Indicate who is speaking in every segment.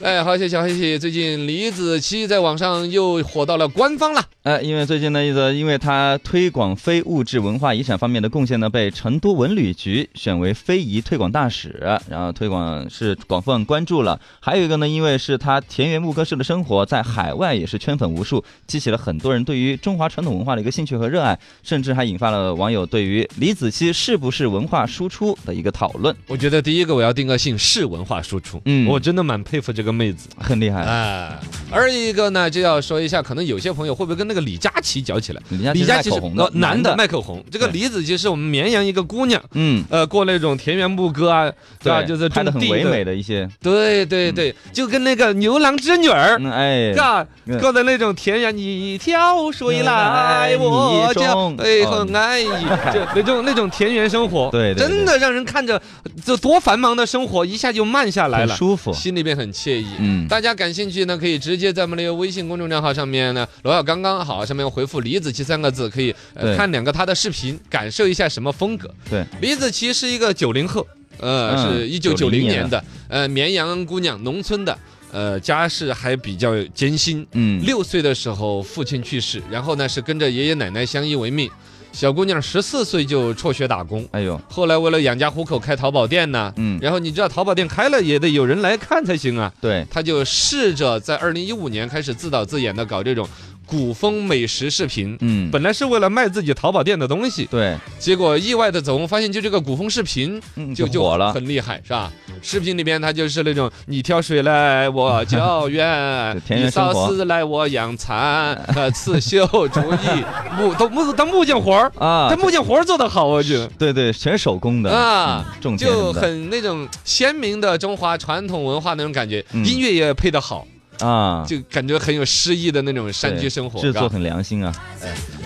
Speaker 1: 哎，好消息，好消息！最近李子柒在网上又火到了官方了。
Speaker 2: 呃，因为最近呢，一则因为他推广非物质文化遗产方面的贡献呢，被成都文旅局选为非遗推广大使，然后推广是广泛关注了。还有一个呢，因为是他田园牧歌式的生活，在海外也是圈粉无数，激起了很多人对于中华传统文化的一个兴趣和热爱，甚至还引发了网友对于李子柒是不是文化输出的一个讨论。
Speaker 1: 我觉得第一个我要定个性是文化输出，
Speaker 2: 嗯哎
Speaker 1: 我真的蛮佩服这个妹子
Speaker 2: 很厉害，
Speaker 1: 啊。而一个呢，就要说一下，可能有些朋友会不会跟那个李佳琦搅起来？
Speaker 2: 李佳琦
Speaker 1: 李
Speaker 2: 是
Speaker 1: 佳
Speaker 2: 卖
Speaker 1: 琦是
Speaker 2: 口红的
Speaker 1: 呃，男的
Speaker 2: 的，
Speaker 1: 卖口红，这个
Speaker 2: 对
Speaker 1: 李子柒是我们绵阳一个姑娘。
Speaker 2: 嗯，
Speaker 1: 呃，过那种田园牧歌啊，对吧？就是
Speaker 2: 拍的
Speaker 1: 种
Speaker 2: 很
Speaker 1: 地
Speaker 2: 唯美，的一些，
Speaker 1: 对对对，就跟那个牛郎织女儿，
Speaker 2: 嗯，哎，
Speaker 1: 嘎
Speaker 2: 嗯，
Speaker 1: 搞的那种田园，你跳水来，
Speaker 2: 嗯
Speaker 1: 我
Speaker 2: 你
Speaker 1: 就
Speaker 2: 中
Speaker 1: 哎
Speaker 2: 哦
Speaker 1: 很爱你，就那种那种田园生活，
Speaker 2: 哎对对对
Speaker 1: 真的让人看着这多繁忙的生活一下就慢下来
Speaker 2: 很
Speaker 1: 了，
Speaker 2: 舒服，
Speaker 1: 心里边很惬意。
Speaker 2: 嗯，
Speaker 1: 大家感兴趣呢，可以直接在我们的微信公众账号上面呢，罗小刚刚好上面回复“李子柒”三个字，可以、呃、
Speaker 2: 对
Speaker 1: 看两个他的视频，感受一下什么风格。
Speaker 2: 对，
Speaker 1: 李子柒是一个九零后，呃，
Speaker 2: 嗯
Speaker 1: 是一九九
Speaker 2: 90
Speaker 1: 零
Speaker 2: 年
Speaker 1: 年的，呃，绵阳姑娘，农村的，呃，家世还比较艰辛。
Speaker 2: 嗯，
Speaker 1: 六岁的时候，父亲去世，然后呢是跟着爷爷奶奶相依为命。小姑娘十四岁就辍学打工，
Speaker 2: 哎呦，
Speaker 1: 后来为了养家糊口开淘宝店呢。
Speaker 2: 嗯，
Speaker 1: 然后你知道淘宝店开了也得有人来看才行啊，
Speaker 2: 对，
Speaker 1: 她就试着在二零一五年开始自导自演的搞这种古风美食视频。
Speaker 2: 嗯，
Speaker 1: 本来是为了卖自己淘宝店的东西，
Speaker 2: 对，
Speaker 1: 结果意外的走红，发现就这个古风视频
Speaker 2: 嗯，
Speaker 1: 就嗯
Speaker 2: 火了，
Speaker 1: 很厉害，是吧？视频里边它就是那种你挑水来我浇园
Speaker 2: 就，田
Speaker 1: 你
Speaker 2: 园生活
Speaker 1: 烧丝来我养蚕，呃，刺绣、竹 艺、木都木当木匠活儿，
Speaker 2: 啊
Speaker 1: 他，木匠活儿做得好，我觉得。
Speaker 2: 对对，全是手工的
Speaker 1: 啊，
Speaker 2: 嗯种田什
Speaker 1: 就
Speaker 2: 么的
Speaker 1: 很那种鲜明的中华传统文化那种感觉，
Speaker 2: 嗯
Speaker 1: 音乐也配得好，
Speaker 2: 啊，
Speaker 1: 就感觉很有诗意的那种山居生活。
Speaker 2: 制
Speaker 1: 是
Speaker 2: 作
Speaker 1: 吧
Speaker 2: 很良心啊，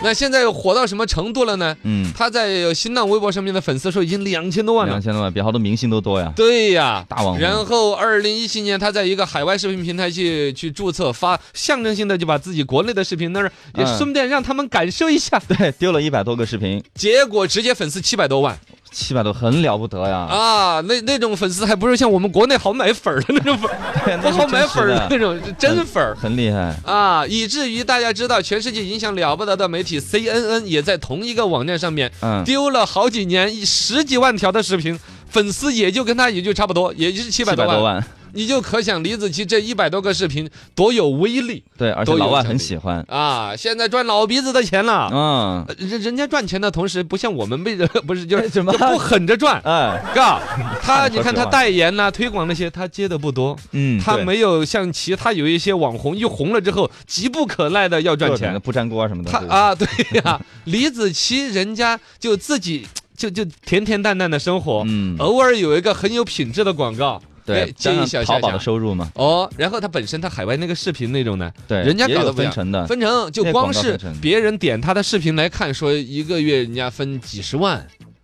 Speaker 1: 那现在火到什么程度了呢？
Speaker 2: 嗯，
Speaker 1: 他在新浪微博上面的粉丝数已经两千多万了
Speaker 2: 两。千多万比好多明星都多呀，
Speaker 1: 对呀，
Speaker 2: 大啊网红
Speaker 1: 然后，二零一七年，他在一个海外视频平台去去注册，发象征性的就把自己国内的视频那儿也
Speaker 2: 嗯
Speaker 1: 顺便让他们感受一下，
Speaker 2: 对，丢了一百多个视频，
Speaker 1: 结果直接粉丝七百多万
Speaker 2: 七百多很了不得呀，
Speaker 1: 啊！那那种粉丝还不是像我们国内好买粉儿的那种粉儿，
Speaker 2: 对
Speaker 1: 不
Speaker 2: 那
Speaker 1: 好
Speaker 2: 是
Speaker 1: 买粉
Speaker 2: 真实
Speaker 1: 儿的
Speaker 2: 的，
Speaker 1: 那种是真粉儿。
Speaker 2: 很厉害，
Speaker 1: 啊，以至于大家知道，全世界影响了不得的媒体 CNN 也在同一个网站上面
Speaker 2: 嗯，
Speaker 1: 丢了好几年一十几万条的视频，粉丝也就跟他也就差不多，也就是七
Speaker 2: 七
Speaker 1: 百
Speaker 2: 百
Speaker 1: 多万
Speaker 2: 多。万，
Speaker 1: 你就可想李子柒这一百多个视频多有威力
Speaker 2: 对，而且
Speaker 1: 都有
Speaker 2: 老外
Speaker 1: 奖
Speaker 2: 很
Speaker 1: 励
Speaker 2: 喜欢，
Speaker 1: 啊！现在赚老鼻子的钱了，
Speaker 2: 嗯，
Speaker 1: 呃人人家赚钱的同时，不像我们被人 不是就是
Speaker 2: 什么。
Speaker 1: 就不狠着赚
Speaker 2: 哎，
Speaker 1: 嘎，他
Speaker 2: 说
Speaker 1: 你看
Speaker 2: 实
Speaker 1: 他
Speaker 2: 话
Speaker 1: 代言呐、推广那些，他接的不多，
Speaker 2: 嗯，
Speaker 1: 他
Speaker 2: 对
Speaker 1: 没有像其他有一些网红一红了之后急不可耐的要赚
Speaker 2: 各种的
Speaker 1: 钱。
Speaker 2: 不粘锅什么的，
Speaker 1: 他
Speaker 2: 对
Speaker 1: 啊，对呀、李子柒人家就自己就就恬恬淡淡的生活，
Speaker 2: 嗯，
Speaker 1: 偶尔有一个很有品质的广告，哦哎
Speaker 2: 对，加
Speaker 1: 接一小
Speaker 2: 上淘
Speaker 1: 下
Speaker 2: 宝
Speaker 1: 下
Speaker 2: 的收入嘛，
Speaker 1: 哦，然后他本身他海外那个视频那种呢，
Speaker 2: 对，
Speaker 1: 人家
Speaker 2: 也
Speaker 1: 搞
Speaker 2: 有
Speaker 1: 得不一
Speaker 2: 分
Speaker 1: 样
Speaker 2: 成的，
Speaker 1: 分成就
Speaker 2: 嗯那
Speaker 1: 光
Speaker 2: 广告
Speaker 1: 是
Speaker 2: 分成
Speaker 1: 别人点他的视频来看，说一个月人家分几十万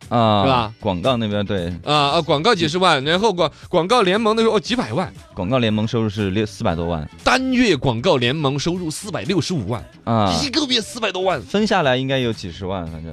Speaker 2: 啊，
Speaker 1: 是吧？
Speaker 2: 广告那边对，
Speaker 1: 啊啊，广告几十万，然后广广告联盟的时候哦几百万，
Speaker 2: 广告联盟收入是六四百多万
Speaker 1: 单月广告联盟收入四百六十五万，
Speaker 2: 啊，
Speaker 1: 一个月四百多万，
Speaker 2: 分下来应该有几十万，反正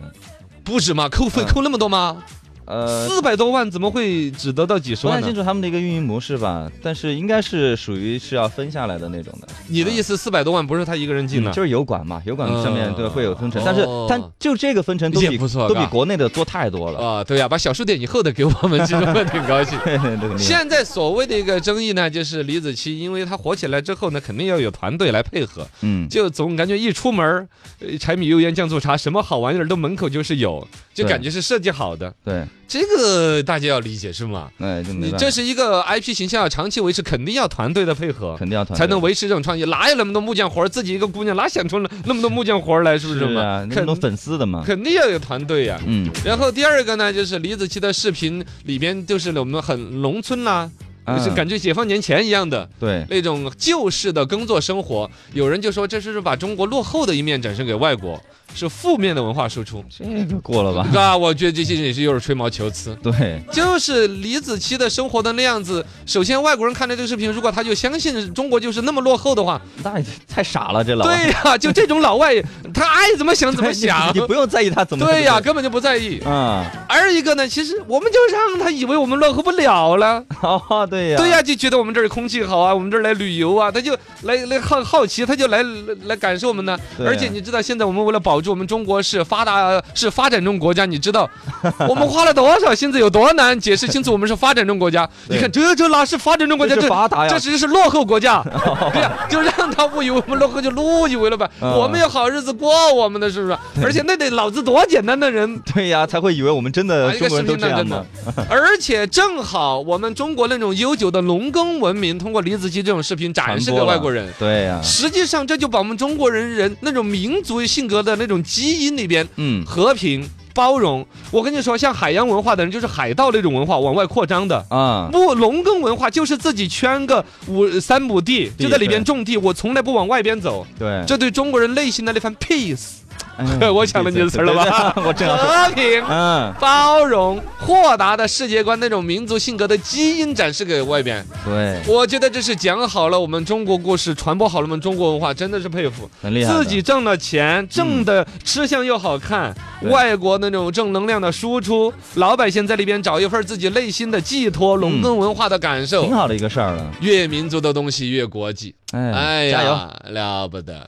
Speaker 1: 不止吗？扣费
Speaker 2: 嗯
Speaker 1: 扣那么多吗？
Speaker 2: 呃，
Speaker 1: 四百多万啊怎么会只得到几十
Speaker 2: 不太
Speaker 1: 万
Speaker 2: 清
Speaker 1: 呢？
Speaker 2: 楚他们的一个运营模式吧，但是应该是属于是要分下来的那种的，
Speaker 1: 你的意思四百多万不是他一个人进
Speaker 2: 啊嗯
Speaker 1: 了？
Speaker 2: 就是油管嘛，油管上面对
Speaker 1: 嗯
Speaker 2: 会有分成，但是
Speaker 1: 哦
Speaker 2: 但就这个分成都
Speaker 1: 也
Speaker 2: 比
Speaker 1: 不错
Speaker 2: 都比
Speaker 1: 嘎
Speaker 2: 国内的多太多了，
Speaker 1: 啊，对呀、把小数点以后的给我们，其实我挺高兴。
Speaker 2: 对对对，
Speaker 1: 现在所谓的一个争议呢，就是李子柒，因为她火起来之后呢，肯定要有团队来配合，
Speaker 2: 嗯，
Speaker 1: 就总感觉一出门儿，呃柴米油盐酱醋茶，什么好玩意儿都门口就是有，就
Speaker 2: 对
Speaker 1: 感觉是设计好的。
Speaker 2: 对，
Speaker 1: 这个大家要理解是吗？
Speaker 2: 哎，就没
Speaker 1: 你
Speaker 2: 办
Speaker 1: 这
Speaker 2: 法，
Speaker 1: 是一个 IP 形象要长期维持，肯定要团队的配合。
Speaker 2: 肯定要团
Speaker 1: 才能
Speaker 2: 队
Speaker 1: 维持这种创意，哪有那么多木匠活儿？自己一个姑娘哪想出了那么多木匠活儿来？是不是
Speaker 2: 是
Speaker 1: 嘛？
Speaker 2: 啊，那么
Speaker 1: 肯
Speaker 2: 多粉丝的嘛，
Speaker 1: 肯定要有团队呀、
Speaker 2: 嗯，
Speaker 1: 然后第二个呢，就是李子柒的视频里边，就是我们很农村啦、就是
Speaker 2: 嗯
Speaker 1: 感觉解放年前一样的
Speaker 2: 对，
Speaker 1: 那种旧式的耕作生活。有人就说这是把中国落后的一面展示给外国，是负面的文化输出。
Speaker 2: 这个过了 吧？
Speaker 1: 啊，我觉得这些人也是有点吹毛求疵。
Speaker 2: 对，
Speaker 1: 就是李子柒的生活的那样子。首先，外国人看了这个视频，如果他就相信中国就是那么落后的话，
Speaker 2: 那也太傻了，这老
Speaker 1: 对呀、就这种老外，他爱怎么 想怎么 想
Speaker 2: 你，你不用在意他怎么
Speaker 1: 对呀、，根本就不在意。
Speaker 2: 嗯，
Speaker 1: 而一个呢，其实我们就让他以为我们落后不了了，
Speaker 2: 哦，对呀，
Speaker 1: 对呀、就觉得我们这儿空气好啊，我们这儿来旅游啊，他就来来好好奇，他就来来来感受我们呢。
Speaker 2: 对呀啊
Speaker 1: 而且你知道，现在我们为了保住我们中国是发达是发展中国家，你知 道我们花了多少心思，有多难解释清楚我们是发展中国家？
Speaker 2: 对
Speaker 1: 你看这这哪是发展中国家？
Speaker 2: 这是
Speaker 1: 这
Speaker 2: 发达呀
Speaker 1: 这只是落后国 家。对呀、就让他误以为我们落后，就误以为了呗。
Speaker 2: 嗯
Speaker 1: 我们有好日子过，我们的是不是？而且那得脑子多简单的人，
Speaker 2: 对呀，才会以为我们真的
Speaker 1: 哎一
Speaker 2: 中
Speaker 1: 个
Speaker 2: 国
Speaker 1: 视
Speaker 2: 人都
Speaker 1: 频
Speaker 2: 这
Speaker 1: 呢，
Speaker 2: 样
Speaker 1: 真
Speaker 2: 嘛
Speaker 1: 的。，而且正好我们中国那种悠久的农耕文明，通过李子柒这种视频展示
Speaker 2: 传
Speaker 1: 给
Speaker 2: 播了
Speaker 1: 外国人。
Speaker 2: 对呀，
Speaker 1: 实际上，这就把我们中国人人那种民族性格的那种基因里边，
Speaker 2: 嗯
Speaker 1: 和平包容。我跟你说，像海洋文化的人，就是海盗那种文化往外扩张的。
Speaker 2: 啊，
Speaker 1: 不，农亩文化就是自己圈个五三亩地，
Speaker 2: 地
Speaker 1: 就在里边
Speaker 2: 对嗯
Speaker 1: 种地，我从来不往外边走。
Speaker 2: 对，
Speaker 1: 这对中国人内心的那份 peace，
Speaker 2: 哎
Speaker 1: 我抢了你的词儿了吧？
Speaker 2: 对对对 啊我正要说，
Speaker 1: 和平。
Speaker 2: 嗯，
Speaker 1: 包容、豁达的世界观，那种民族性格的基因展示给外边，
Speaker 2: 对，
Speaker 1: 我觉得这是讲好了我们中国故事，传播好了我们中国文化，真的是佩服。
Speaker 2: 很厉害的。
Speaker 1: 自己挣了钱，挣的吃相又好看，
Speaker 2: 对
Speaker 1: 外国那种正能量的输出，老百姓在里边找一份自己内心的寄托，
Speaker 2: 嗯
Speaker 1: 农耕文化的感受
Speaker 2: 挺，好的一个事儿了，
Speaker 1: 越民族的东西越国际，
Speaker 2: 哎，
Speaker 1: 哎
Speaker 2: 加油！
Speaker 1: 呀，了不得。